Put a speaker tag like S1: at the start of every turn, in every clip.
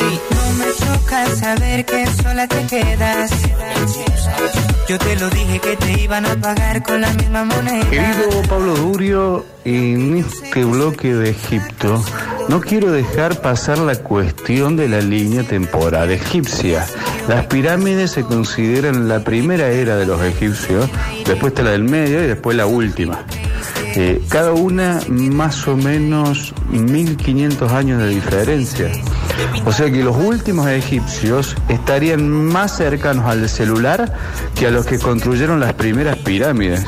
S1: No me choca saber que sola te quedas. Yo te lo dije que te iban a pagar con la misma moneda.
S2: Querido Pablo Durio, en este bloque de Egipto no quiero dejar pasar la cuestión de la línea temporal egipcia. Las pirámides se consideran la primera era de los egipcios, después está la del medio y después la última. Eh, cada una más o menos 1500 años de diferencia. O sea que los últimos egipcios estarían más cercanos al celular que a los que construyeron las primeras pirámides.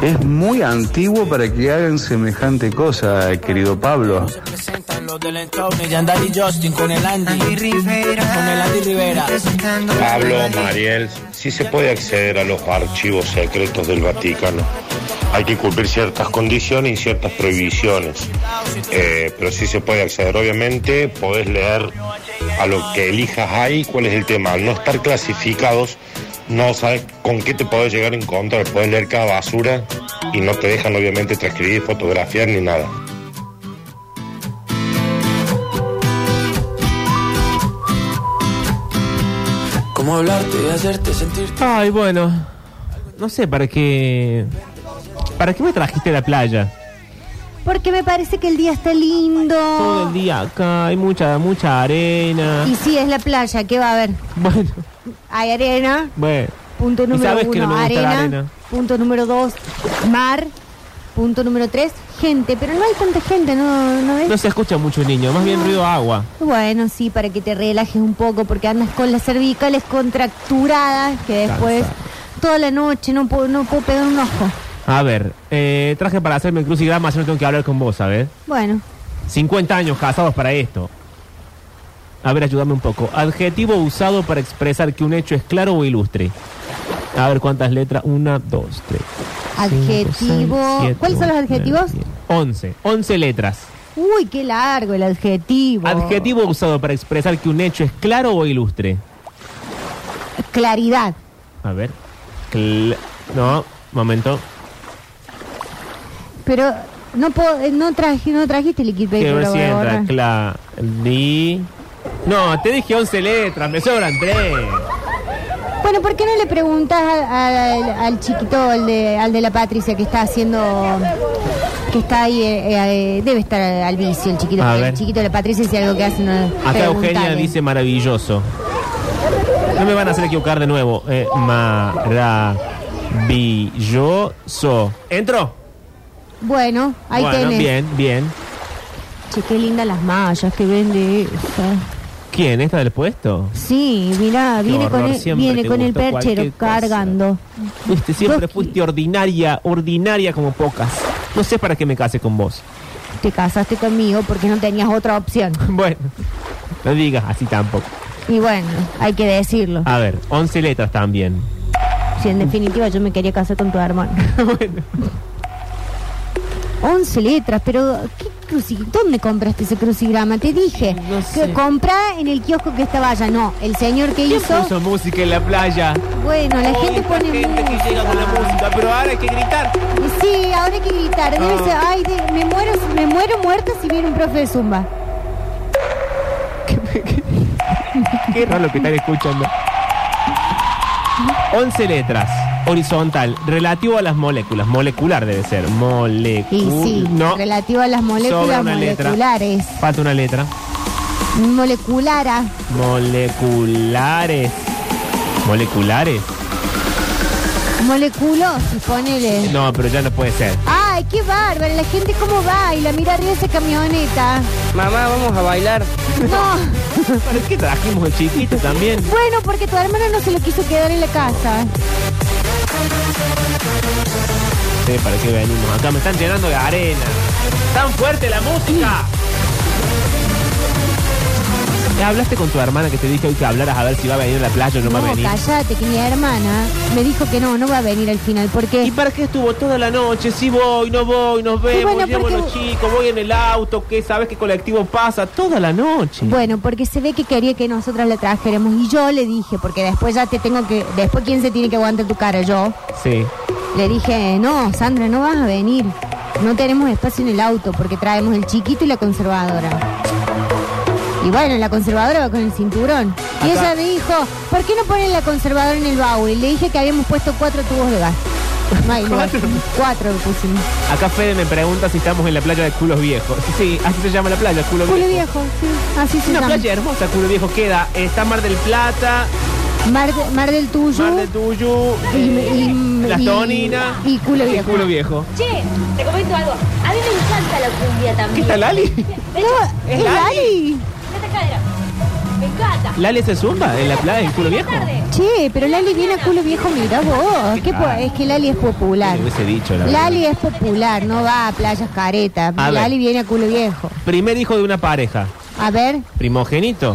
S2: Es muy antiguo para que hagan semejante cosa, querido Pablo.
S3: se presentan los del entorno, Yandar y Justin con el Andy,
S1: Andy Rivera.
S3: con el Andy Rivera.
S1: presentando-
S4: Pablo, Mariel, si se puede acceder a los archivos secretos del Vaticano. Hay que cumplir ciertas condiciones y ciertas prohibiciones. Eh, pero sí se puede acceder. Obviamente podés leer a lo que elijas ahí cuál es el tema. Al no estar clasificados, no sabes con qué te podés llegar a encontrar. Podés leer cada basura y no te dejan obviamente transcribir, fotografiar ni nada.
S3: ¿Cómo hablarte y hacerte sentir?
S5: Ay, bueno. No sé, ¿para qué. ¿Para qué me trajiste a la playa?
S6: Porque me parece que el día está
S5: Todo el
S6: lindo.
S5: día acá, hay mucha, mucha arena.
S6: Y sí, es la playa, ¿qué va a haber?
S5: Bueno,
S6: Hay arena,
S5: bueno.
S6: punto
S5: Y
S6: número
S5: sabes
S6: uno,
S5: que no me gusta la
S6: arena,
S5: arena.
S6: punto número dos, mar, punto número tres, gente. Pero no hay tanta gente, ¿no, ¿No ves?
S5: No se escucha mucho niño, más bien ruido agua.
S6: Bueno, sí, para que te relajes un poco, porque andas con las cervicales contracturadas, que después
S5: Cansado.
S6: toda la noche no puedo, no puedo pegar un ojo.
S5: A ver, eh, traje para hacerme el crucigrama, yo no tengo que hablar con vos, ¿sabes?
S6: Bueno,
S5: 50 años casados para esto. A ver, ayúdame un poco. Adjetivo usado para expresar que un hecho es claro o ilustre. A ver cuántas letras. Una, dos, tres.
S6: adjetivo. ¿Cuáles son los adjetivos?
S5: 11. 11 letras.
S6: Uy, qué largo el adjetivo.
S5: Adjetivo usado para expresar que un hecho es claro o ilustre.
S6: Claridad.
S5: A ver. Cl- no, momento.
S6: Pero no puedo, eh, no traje, no trajiste el equipo
S5: Que
S6: lo voy a
S5: entra
S6: borrar.
S5: cla- di- No, te dije 11 letras, me sobran 3.
S6: Bueno, ¿por qué no le preguntas a- a- al, al chiquito, al de, al de la Patricia, que está haciendo, que está ahí, eh, eh, debe estar al vicio el chiquito,
S5: A
S6: el
S5: ver.
S6: chiquito de la Patricia si algo que hace no
S5: Acá Eugenia
S6: preguntale.
S5: dice maravilloso. No me van a hacer equivocar de nuevo. Eh, maravilloso. ¿Entro?
S6: Bueno, ahí
S5: bueno,
S6: tenés.
S5: bien, bien.
S6: Che, qué lindas las mallas que vende esa.
S5: ¿Quién? ¿Esta del puesto?
S6: Sí, mirá, viene
S5: horror,
S6: con el,
S5: siempre
S6: viene
S5: te
S6: con el
S5: gustó
S6: perchero
S5: cualquier cosa.
S6: cargando.
S5: Fuiste, siempre
S6: Dos ki-
S5: fuiste ordinaria, ordinaria como pocas. No sé para qué me case con vos.
S6: Te casaste conmigo porque no tenías otra opción.
S5: Bueno, no digas así tampoco.
S6: Y bueno, hay que decirlo.
S5: A ver, 11 letras también.
S6: Si en definitiva yo me quería casar con tu hermano.
S5: bueno.
S6: 11 letras, pero ¿qué cruci- ¿dónde compraste ese crucigrama? Te dije,
S5: No sé.
S6: que comprá en el kiosco que estaba allá. No, el señor que hizo,
S5: Puso música en la playa.
S6: bueno, la
S5: Hoy
S6: gente
S5: esta
S6: pone
S5: gente que llega con la música, pero ahora hay que gritar.
S6: Y Sí, ahora hay que gritar. Debe
S5: Ah.
S6: ser, ay, de- me muero, me muero muerta si viene un profe de zumba.
S5: Qué raro lo que están escuchando. 11 letras. Horizontal. Relativo a las moléculas. Molecular debe ser.
S6: Y
S5: Molecular.
S6: sí,
S5: Uh, no.
S6: relativo a las
S5: Sobra
S6: moléculas
S5: una letra.
S6: moleculares.
S5: Falta una letra.
S6: Moleculara.
S5: Moleculares. Moleculares.
S6: Moleculosis, ponele.
S5: No, pero ya no puede ser.
S6: Ay, qué bárbaro, la gente cómo baila, mira arriba esa camioneta.
S7: Mamá, vamos a bailar.
S6: No.
S5: ¿Para qué trajimos el chiquito también?
S6: Bueno, porque tu hermana no se lo quiso quedar en la casa.
S5: Sí, ¿para qué venimos? Acá me están llenando de arena. ¡Tan fuerte la música! ¿Ya hablaste con tu hermana que te dije hoy que hablaras a ver si va a venir a la playa o no, va a venir?
S6: cállate, que mi hermana me dijo que no, no va a venir al final.
S5: ¿Y
S6: Porque,
S5: para qué estuvo toda la noche? Si voy, no voy, nos vemos,
S6: bueno,
S5: llevo a los
S6: porque-
S5: chicos, voy en el auto, ¿qué sabes qué colectivo pasa? Toda la noche.
S6: bueno, porque se ve que quería que nosotras la trajéramos. Y yo le dije, porque después ya te tengo que. Después, ¿quién se tiene que aguantar tu cara? Yo.
S5: Sí.
S6: Le dije, no, Sandra, no vas a venir. No tenemos espacio en el auto porque traemos el chiquito y la conservadora. Y bueno, la conservadora con el cinturón. Y
S5: Acá.
S6: ella me dijo, ¿por qué no ponen la conservadora en el baúl? Y le dije que habíamos puesto cuatro tubos de gas. No hay lugar.
S5: Cuatro.
S6: Cuatro pusimos.
S5: Acá Fede me pregunta si estamos en la playa de Culos Viejos. Sí, así se llama la playa, Culo
S6: Culo
S5: Viejo.
S6: viejo, sí. Así
S5: Es
S6: se
S5: una
S6: llama.
S5: playa hermosa, Culo Viejo. Queda, eh, está Mar del Plata,
S6: Mar, de- Mar del Tuyo.
S5: Mar del Tuyú, eh,
S6: y, y-
S5: Las
S6: y-
S5: Toninas
S6: Y culo viejo.
S5: Culo Viejo.
S8: Che, te comento algo. A mí me encanta la cumbia también.
S5: ¿Qué está Lali?
S6: No, ¿Es Lali?
S8: Esta cadera. Me encanta.
S5: ¿Lali se zumba en la playa en Culo Viejo?
S8: Tarde.
S6: Che, pero Lali viene a culo viejo, mira vos. ¿Qué po-
S5: Ah.
S6: Es que Lali es popular.
S5: Le hubiese dicho, la verdad.
S6: Lali es popular, no va a playas caretas.
S5: A ver.
S6: Lali viene a culo viejo.
S5: Primer hijo de una pareja.
S6: A ver,
S5: Primogenito.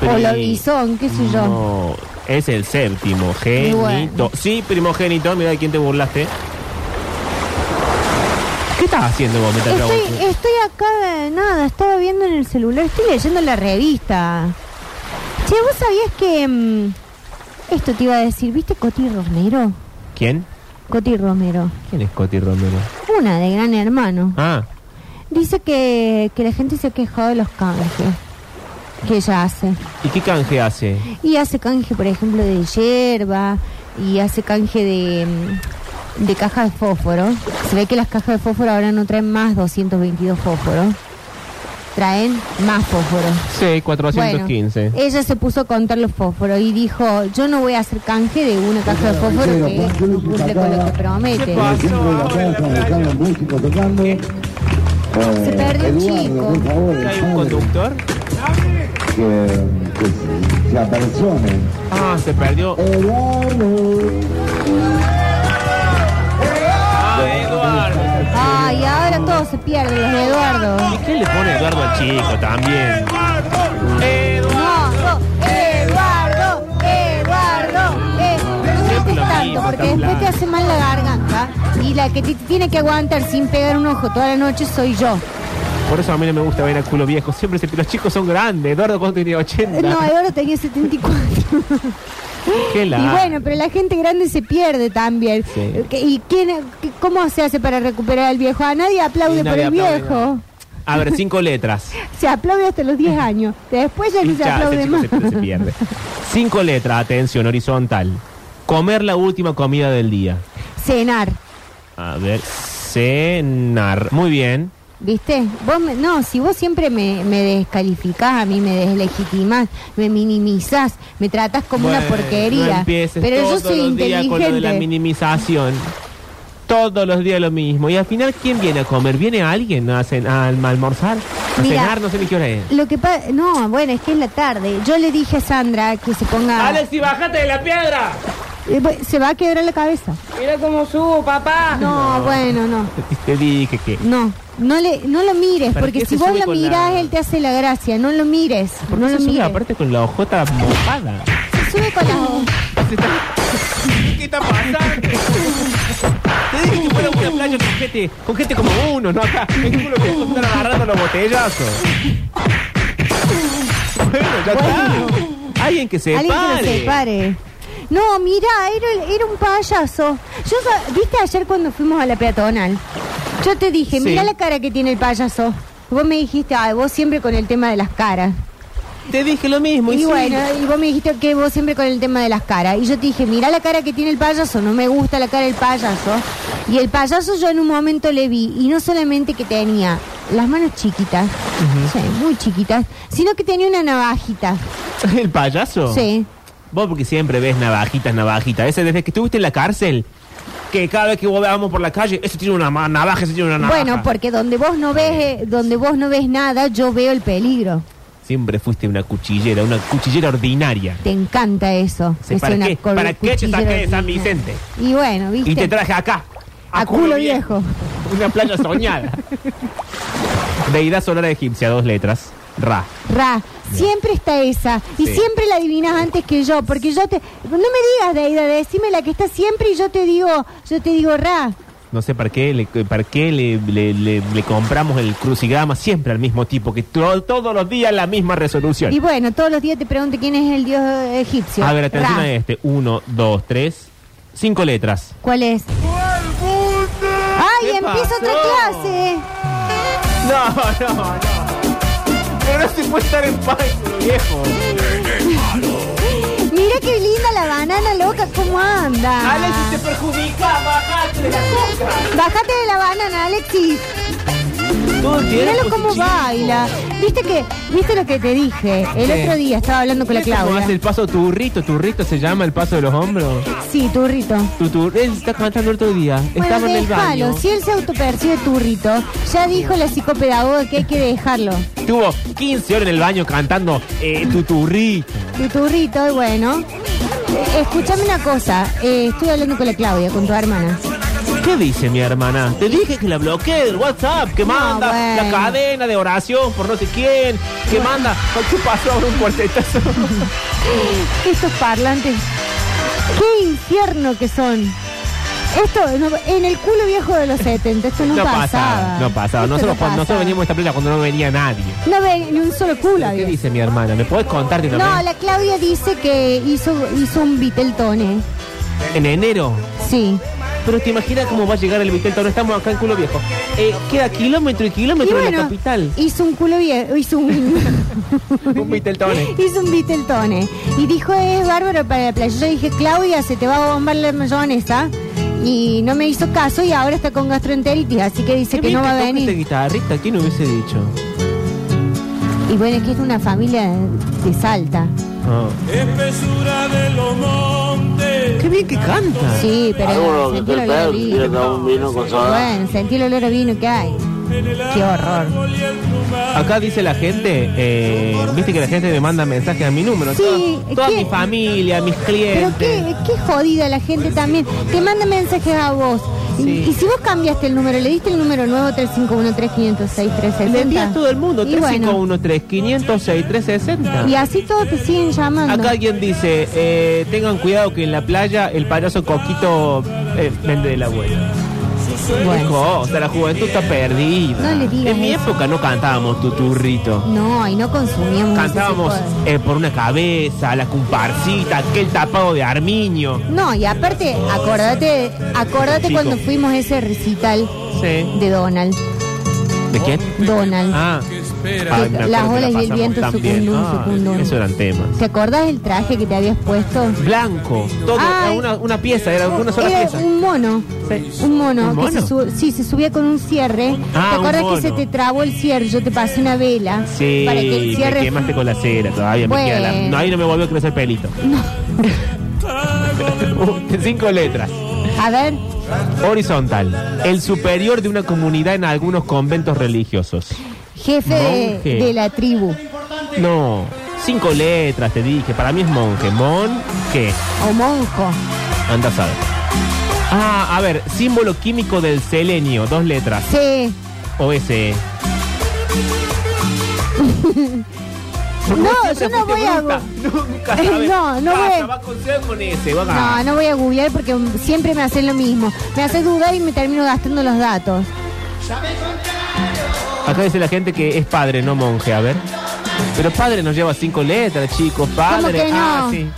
S6: o
S5: Pri-
S6: lobizón, qué sé yo.
S5: No, es el séptimo genito.
S6: Bueno.
S5: Sí, primogénito, mira de quién te burlaste. ¿Qué estás haciendo vos, me te
S6: Estoy,
S5: pregunto?
S6: estoy acá, eh, nada, estaba viendo en el celular, estoy leyendo la revista. Che, ¿vos sabías que... mm, esto te iba a decir, ¿viste Coti Romero?
S5: ¿Quién?
S6: Coti Romero,
S5: ¿Quién es Coti Romero?
S6: una de Gran Hermano.
S5: Ah,
S6: Dice que, que la gente se ha quejado de los canjes que ella hace.
S5: ¿y qué canje hace?
S6: Y hace canje, por ejemplo, de hierba, y hace canje de, mm, de caja de fósforo. Se ve que las cajas de fósforo ahora no traen más 222 fósforos. Traen más fósforo.
S5: Sí, 415.
S6: Bueno, ella se puso a contar los fósforos y dijo, yo no voy a hacer canje de una caja de fósforo que no cumple con lo que promete. Se perdió un chico.
S5: ¿Hay un conductor? Ah, se perdió. Ah, Eduardo.
S6: Ay, ahora todo se pierde, los de Eduardo.
S5: ¿Y qué le pone Eduardo al chico también? Mm.
S6: No, no, Eduardo, Eduardo, eh, no
S5: Siempre
S6: grites
S5: lo
S6: tanto
S5: mismo,
S6: porque
S5: tan
S6: después te
S5: blanco.
S6: hace mal la garganta y la que te tiene que aguantar sin pegar un ojo toda la noche soy yo.
S5: Por eso a mí no me gusta ver a culo viejo. Siempre se... los chicos son grandes. Eduardo, ¿cuánto tenía? 80.
S6: No, Eduardo tenía 74.
S5: Qué la-
S6: Y bueno, pero la gente grande se pierde también.
S5: Sí.
S6: ¿Qué- ¿Y quién, qué- cómo se hace para recuperar al viejo? A nadie aplaude
S5: Y
S6: por
S5: nadie
S6: el
S5: aplaude,
S6: viejo.
S5: no. A ver, cinco letras.
S6: Se aplaude hasta los 10 años. Después ya no
S5: Y
S6: se
S5: ya, ese
S6: aplaude
S5: chico
S6: más.
S5: se, se pierde. Cinco letras, atención, horizontal. Comer la última comida del día.
S6: Cenar,
S5: A ver, cenar. Muy bien.
S6: ¿viste? Vos me- no, si vos siempre me, me descalificás, a mí me deslegitimás, me minimizás, me tratás como una
S5: Bueno,
S6: porquería.
S5: No empieces
S6: pero yo
S5: todos
S6: soy
S5: los días
S6: inteligente.
S5: con lo de la minimización. Todos los días lo mismo. Y al final, ¿quién viene a comer? ¿Viene alguien a, cen- a almorzar? ¿A
S6: Mira.
S5: cenar? No sé ni qué hora es.
S6: Lo que pasa, no, bueno, es que es la tarde. Yo le dije a Sandra que se ponga...
S5: Alexi, bájate de la piedra!
S6: Eh, bu- Se va a quebrar la cabeza.
S7: Mira cómo subo, papá.
S6: No, bueno, no.
S5: Te dije que...
S6: No, no le, no lo mires,
S5: ¿Para
S6: porque
S5: qué se
S6: si vos
S5: sube
S6: lo
S5: con la-
S6: mirás, él te hace la gracia. No lo mires,
S5: ¿Por qué
S6: no
S5: se
S6: lo
S5: sube
S6: mires.
S5: aparte con la hojota mojada?
S6: Se sube con la...
S5: ¿Qué está pasando? Te dije que fuera una playa con gente, con gente como uno, ¿no? Acá, me culo que están agarrando los botellazos. Bueno, ya está. Alguien que se
S6: Alguien que
S5: pare.
S6: lo separe. No, mirá, era, era un payaso. Yo sa- ¿Viste ayer cuando fuimos a la peatonal? Yo te dije,
S5: Sí.
S6: mirá la cara que tiene el payaso. Vos me dijiste, ay, vos siempre con el tema de las caras.
S5: Te dije lo mismo.
S6: y
S5: sí.
S6: bueno, y vos me dijiste que vos siempre con el tema de las caras. Y yo te dije, mirá la cara que tiene el payaso, no me gusta la cara del payaso. Y el payaso yo en un momento le vi, y no solamente que tenía las manos chiquitas, sí, muy chiquitas, sino que tenía una navajita.
S5: ¿El payaso?
S6: Sí.
S5: Vos porque siempre ves navajitas, navajitas. Ese desde que estuviste en la cárcel, que cada vez que vos veamos por la calle, eso tiene una ma- navaja, eso tiene una navaja.
S6: Bueno, porque donde vos no ves, eh, donde vos no ves nada, yo veo el peligro.
S5: Siempre fuiste una cuchillera, una cuchillera ordinaria.
S6: Te encanta eso.
S5: Sí,
S6: Es
S5: ¿para
S6: una
S5: qué?
S6: col-
S5: ¿Para qué te
S6: cuchillera
S5: saqué de San
S6: ordinaria.
S5: Vicente?
S6: Y bueno, viste.
S5: Y te traje acá.
S6: A culo viejo.
S5: Una playa soñada. Deidad solar egipcia, dos letras. Ra.
S6: Ra, siempre está esa. Y
S5: Sí.
S6: siempre la adivinas antes que yo, porque yo te. No me digas, Deida, decime la que está siempre y yo te digo, yo te digo Ra.
S5: No sé para qué, le, para qué le, le- le- le compramos el crucigrama siempre al mismo tipo, que to- todos los días la misma resolución.
S6: Y bueno, todos los días te pregunto quién es el dios eh, egipcio.
S5: A ver, atención
S6: Ra.
S5: a este. Uno, dos, tres. Cinco letras.
S6: ¿Cuál es? ¡Ay,
S5: ¿Qué
S6: empieza otra
S5: pasó?
S6: clase!
S5: No, no, no. Pero no se puede estar en paz, viejo.
S6: Mira qué linda la banana loca, ¿cómo anda?
S5: Alexis, te perjudica, bajate de la coca.
S6: Bájate de la banana, Alexis.
S5: Todo tiene
S6: Míralo cómo
S5: positivo.
S6: baila. ¿Viste que viste lo que te dije? El
S5: ¿Qué?
S6: otro día estaba hablando con la
S5: ¿Viste cómo hace
S6: Claudia.
S5: el paso turrito? ¿Turrito se llama el paso de los hombros?
S6: Sí, turrito.
S5: Tu tur- Él está cantando el otro día.
S6: Bueno,
S5: Estaba en el baño.
S6: déjalo. Si él se autopercibe turrito, ya dijo la psicopedagoga que hay que dejarlo.
S5: Estuvo 15 horas en el baño cantando eh, tu turrito.
S6: Tu turrito, y bueno. Eh, Escúchame una cosa. eh, estoy hablando con la Claudia, con tu hermana.
S5: ¿Qué dice mi hermana? Te dije que la bloqueé del WhatsApp, que
S6: No,
S5: manda la
S6: bueno.
S5: cadena de oración por no sé quién, que manda. ¿Qué pasó ahora un portetazo?
S6: Estos parlantes. ¡Qué infierno que son! Esto, no- en el culo viejo de los 70, esto no, pasaba.
S5: no pasaba.
S6: Esto
S5: Nosotros,
S6: no
S5: cuando- nosotros
S6: pasaba.
S5: veníamos a esta playa cuando no venía nadie.
S6: No ven ni un solo culo
S5: ¿Qué
S6: había.
S5: dice mi hermana? ¿Me puedes contar de una
S6: No,
S5: vez?
S6: la Claudia dice que hizo, hizo un Beatletone.
S5: En enero.
S6: Sí.
S5: Pero te imaginas cómo va a llegar el Vitelto. No estamos acá en culo viejo. Eh, queda kilómetro y
S6: Y
S5: kilómetro de la
S6: bueno,
S5: capital.
S6: hizo un culo viejo, hizo un,
S5: Un Viteltone.
S6: hizo un Beatletone. Y dijo, es bárbaro para la playa. Yo dije, Claudia, se te va a bombar la mayonesa. Y no me hizo caso y ahora está con gastroenteritis, así que dice que no va a
S5: Este
S6: venir.
S5: guitarrista, ¿quién hubiese dicho? este
S6: Y bueno, es que es de una familia de Salta.
S5: Ah. Qué bien que canta.
S6: Sí, pero sentí el olor a vino. Bueno, sentí el olor a vino que hay. Qué horror.
S5: Acá dice la gente, eh, viste que la gente me manda mensajes a mi número.
S6: Sí,
S5: Toda- toda
S6: ¿qué?
S5: mi familia, mis clientes.
S6: Pero qué, qué jodida la gente también. Te manda mensajes a vos. Y-
S5: Sí.
S6: Y, si vos cambiaste el número, le diste el número nuevo 351-3506-360.
S5: Le envía a todo el mundo,
S6: Y bueno,
S5: 351 3506 360
S6: y así todos te siguen llamando.
S5: Acá alguien dice, eh, tengan cuidado que en la playa el payaso Coquito eh, vende de la abuela.
S6: Bueno.
S5: Hijo, o sea, la juventud está perdida.
S6: No le digas
S5: en mi
S6: eso.
S5: época no cantábamos tuturrito.
S6: No, y no consumíamos.
S5: Cantábamos
S6: ese tipo de-
S5: eh, por una cabeza, la comparcita, aquel tapado de armiño.
S6: No, y aparte, acordate, acordate
S5: Chico.
S6: cuando fuimos a ese recital
S5: Sí.
S6: de Donald.
S5: ¿De quién?
S6: Donald.
S5: Ah, Ay, me acuerdo
S6: las
S5: que la
S6: olas y el
S5: pasamos
S6: viento
S5: tan bien.
S6: sucundum,
S5: Ah,
S6: sucundum.
S5: Eso eran temas.
S6: ¿Te acordás del traje que te habías puesto?
S5: Blanco, todo,
S6: Ay. Eh,
S5: era una, una pieza, era una sola
S6: Era
S5: pieza.
S6: un mono.
S5: Sí.
S6: Un mono.
S5: ¿Un
S6: que se
S5: mono?
S6: su- sí, se subía con un cierre.
S5: Ah,
S6: ¿Te
S5: un
S6: acuerdas
S5: mono.
S6: que se te trabó el cierre? Yo te pasé una vela.
S5: Sí,
S6: Para que el
S5: me
S6: cierre.
S5: quemaste con la cera todavía.
S6: Bueno.
S5: Me queda la- no, ahí no me volvió a crecer pelito. Cinco letras.
S6: A ver.
S5: Horizontal. El superior de una comunidad en algunos conventos religiosos.
S6: Jefe de,
S5: Monje.
S6: de la tribu.
S5: No. Cinco letras, te dije. Para mí es monje. Mon, ¿qué?
S6: O monjo.
S5: Anda a saber. Ah, a ver. Símbolo químico del selenio. Dos letras. E.
S6: Sí.
S5: OSE.
S6: No, yo no voy a-
S5: Nunca
S6: Eh,
S5: sabes.
S6: no, no
S5: Basta,
S6: voy-
S5: Va con C o con S. Va
S6: No, no voy a googlear porque siempre me hacen lo mismo. Me hace dudar y me termino gastando los datos.
S5: Acá dice la gente que es padre, no monje. A ver. Pero padre nos lleva cinco letras, chicos. Padre.
S6: ¿Cómo que no?
S5: Ah, sí.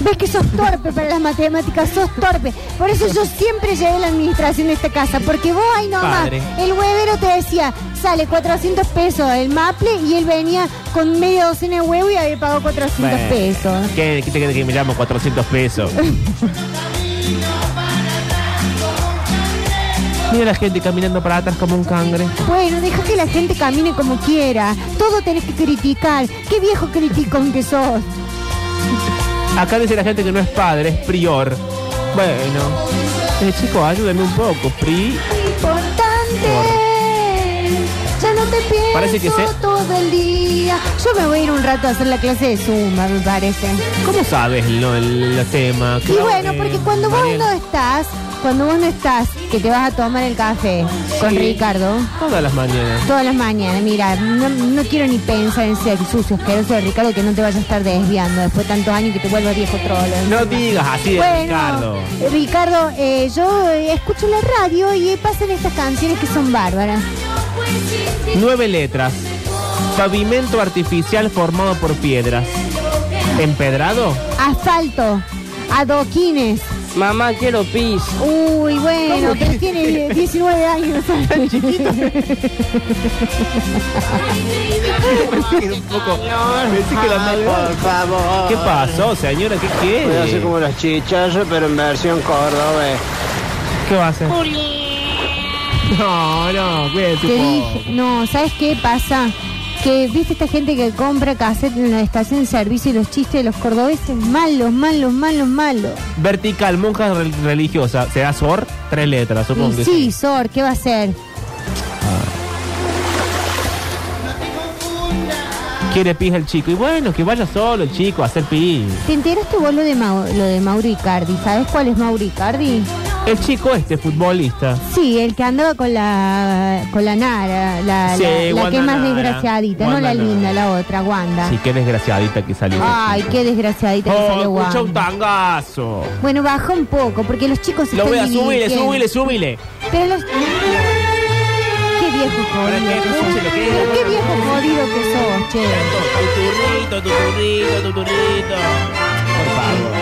S6: Ves que sos torpe para las matemáticas, sos torpe. Por eso yo siempre llevé la administración de esta casa, porque vos ahí nomás,
S5: Padre.
S6: el huevero te decía, sale 400 pesos el maple y él venía con media docena de huevo y había pagado 400
S5: Bueno,
S6: pesos.
S5: ¿Qué, qué te crees que me llamo 400 pesos? Mira la gente caminando para atrás como un cangre.
S6: Bueno, deja que la gente camine como quiera, todo tenés que criticar, qué viejo criticón que sos.
S5: Acá dice la gente que no es padre, es prior. Bueno. Eh, chicos, ayúdenme un poco. Pri.
S6: Importante, ya no te pienso
S5: Parece que sé.
S6: todo el día. Yo me voy a ir un rato a hacer la clase de Zumba, me parece.
S5: ¿Cómo sabes lo, el, el tema?
S6: Y bueno, porque cuando vos
S5: Mariel?
S6: no estás, cuando vos no estás, que te vas a tomar el café con
S5: Sí.
S6: Ricardo
S5: Todas las mañanas.
S6: todas las mañanas, mira, no, no quiero ni pensar en ser sucio, asqueroso de Ricardo, que no te vayas a estar desviando después de tantos años que te vuelvas viejo trolo.
S5: No digas así de
S6: Bueno,
S5: Ricardo.
S6: Ricardo, eh, yo eh, escucho la radio y eh, pasan estas canciones que son bárbaras.
S5: Nueve letras. Pavimento artificial formado por piedras. ¿Empedrado?
S6: Asfalto, adoquines,
S7: Mamá, quiero pis.
S6: Uy, bueno, pero tiene 19 años.
S5: un poco. Pensé que la madre-
S9: Por favor.
S5: ¿Qué pasó, señora? ¿Qué
S9: Voy a hacer
S5: quiere?
S9: como los chichazos, pero en versión cordobés.
S5: ¿Qué va a hacer? No, no, cuídate.
S6: Te dije, no, ¿sabes qué pasa? Que viste esta gente que compra cassette en la estación de servicio y los chistes de los cordobeses malos, malos, malos, malos.
S5: Vertical, monja re- religiosa. ¿Será SOR? Tres letras, supongo
S6: Y
S5: que
S6: sí, Sor, ¿qué va a hacer?
S5: Quiere pija el chico. Y bueno, que vaya solo el chico a hacer pis.
S6: ¿Te enteraste vos lo de, Mau- lo de Mauricardi? ¿Sabes cuál es Mauricardi?
S5: El chico este, futbolista.
S6: Sí, el que andaba con la con la Nara, la,
S5: Sí,
S6: la- la que
S5: Wanda
S6: es más
S5: Nara.
S6: desgraciadita, no
S5: Wanda
S6: la linda,
S5: Nara.
S6: la otra, Wanda.
S5: Sí, qué desgraciadita que salió.
S6: Ay, qué desgraciadita que salió
S5: Oh, escucha un
S6: Wanda.
S5: tangazo.
S6: Bueno, baja un poco, porque los chicos se
S5: Lo voy
S6: están
S5: a subirle,
S6: divirtiendo.
S5: subirle, subile.
S6: Pero los... Qué viejo
S5: Para
S6: jodido
S5: que
S6: que
S5: escuche
S6: sos.
S5: lo que es.
S6: Pero qué viejo jodido que sos, che.
S5: Tuturrito, tuturrito, tuturrito. Por favor.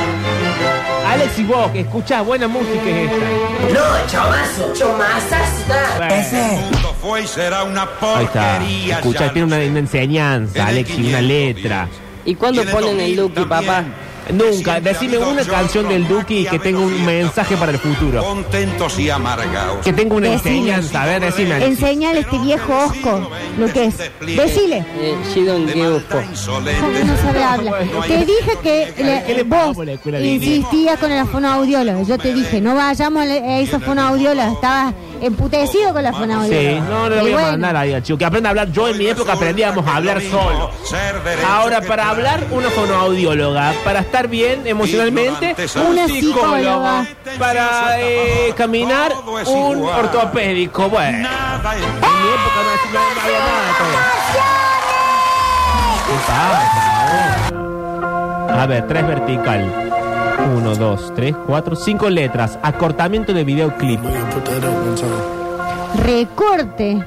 S5: Alex y vos, que escuchás buena música es esta. No, chomazo, chomazas.
S10: Fue y será una
S5: Ahí está.
S10: porquería.
S5: Escuchá, tiene una, una enseñanza, Alex, y una letra.
S7: ¿Y cuándo ponen el Duki, papá?
S5: Nunca, decime una canción del Duki que tenga un mensaje para el futuro.
S10: Contentos y amargados.
S5: Que tenga una
S6: Decime.
S5: enseñanza, a ver, decime. Alex.
S6: Enseñale a este viejo osco lo que es. Decile.
S7: Eh, sí, don
S10: De
S7: Diego.
S10: maldad insolente.
S6: No sabe hablar. Te dije que
S5: ¿Qué
S6: le-
S5: le pagamos
S6: vos
S5: la escuela de inglés?
S6: insistías con el fonoaudiólogo. Yo te dije, no vayamos a la- a esos fonoaudiólogos. Estabas emputecido con la
S5: Sí,
S6: fonoaudióloga.
S5: no, no lo
S6: Y
S5: voy a
S6: bueno,
S5: mandar ahí al chico. Que aprenda a hablar. Yo en mi época aprendíamos a hablar solo.
S10: Ser derecho
S5: Ahora,
S10: que
S5: para
S10: tener.
S5: hablar, una fonoaudióloga. Para estar bien emocionalmente,
S6: Una
S5: un psicólogo.
S6: psicóloga.
S5: Para eh, caminar,
S10: Todo es
S5: un
S10: igual.
S5: ortopédico. Bueno,
S10: Nada es
S5: en mi época no, no había nada de todo. ¿Qué pasa? A ver, tres vertical. Uno, dos, tres, cuatro, cinco letras. Acortamiento de videoclip.
S6: Recorte.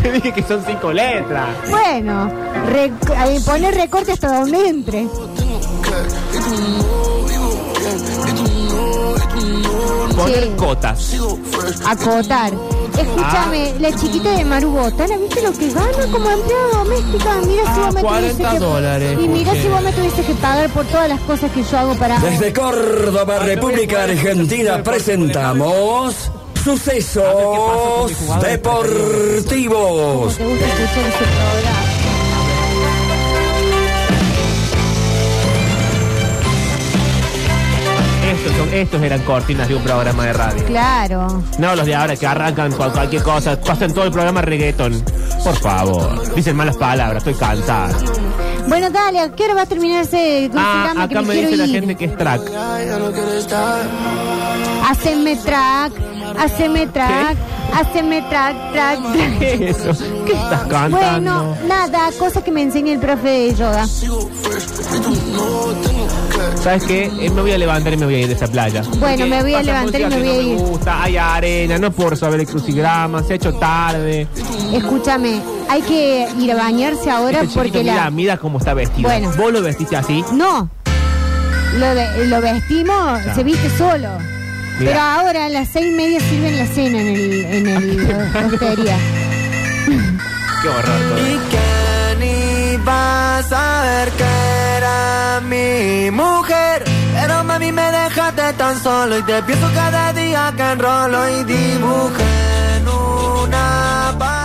S5: Te dije que son cinco letras.
S6: Bueno, rec- ahí poner recorte hasta donde entre.
S5: Poner
S6: Sí.
S5: cotas.
S6: Acotar. Escúchame,
S5: Ah.
S6: la chiquita de Maru Botana, ¿viste lo que gana como empleada doméstica? Mira si vos me
S5: 40
S6: tuviese que-
S5: Ah, dólares,
S6: Y mira
S5: mujer.
S6: si vos me tuviese que pagar por todas las cosas que yo hago para.
S11: Desde Córdoba, República Argentina, presentamos sucesos deportivos.
S6: ¿Te gusta escuchar ese programa?
S5: Estos, son, estos eran cortinas de un programa de radio.
S6: Claro.
S5: No los de ahora que arrancan con cualquier cosa, pasan todo el programa reggaeton. Por favor, dicen malas palabras, estoy cansada.
S6: Bueno, dale, ¿a qué hora va a terminar
S5: Ah,
S6: ese programa que
S5: acá
S6: me,
S5: me
S6: quiero
S5: dice la
S6: ir?
S5: gente que es track.
S6: Haceme track, haceme track, haceme track, track, track.
S5: ¿Qué es eso? ¿Qué estás cantando?
S6: Bueno, nada, cosa que me enseña el profe de yoga.
S5: ¿Sabes qué? Eh, me voy a levantar y me voy a ir de esta playa.
S6: Bueno, me voy a
S5: Pasa
S6: levantar y
S5: música
S6: me
S5: que
S6: voy a
S5: no
S6: ir.
S5: Me gusta, hay arena, no por saber el crucigrama, se ha hecho tarde.
S6: Escúchame, hay que ir a bañarse ahora
S5: Este
S6: porque
S5: chiquito,
S6: la...
S5: mira, mira cómo está vestido.
S6: Bueno.
S5: Vos lo vestiste así.
S6: No, lo, ve- lo vestimos, se viste solo.
S5: Mira.
S6: Pero ahora a las seis y media sirven la cena en el, en el
S5: Ah,
S6: hostería.
S5: Qué horror. todo.
S1: ni vas a ver que era mi mujer. Pero mami me dejaste tan solo y te pienso cada día que enrolo y dibujo en una pa-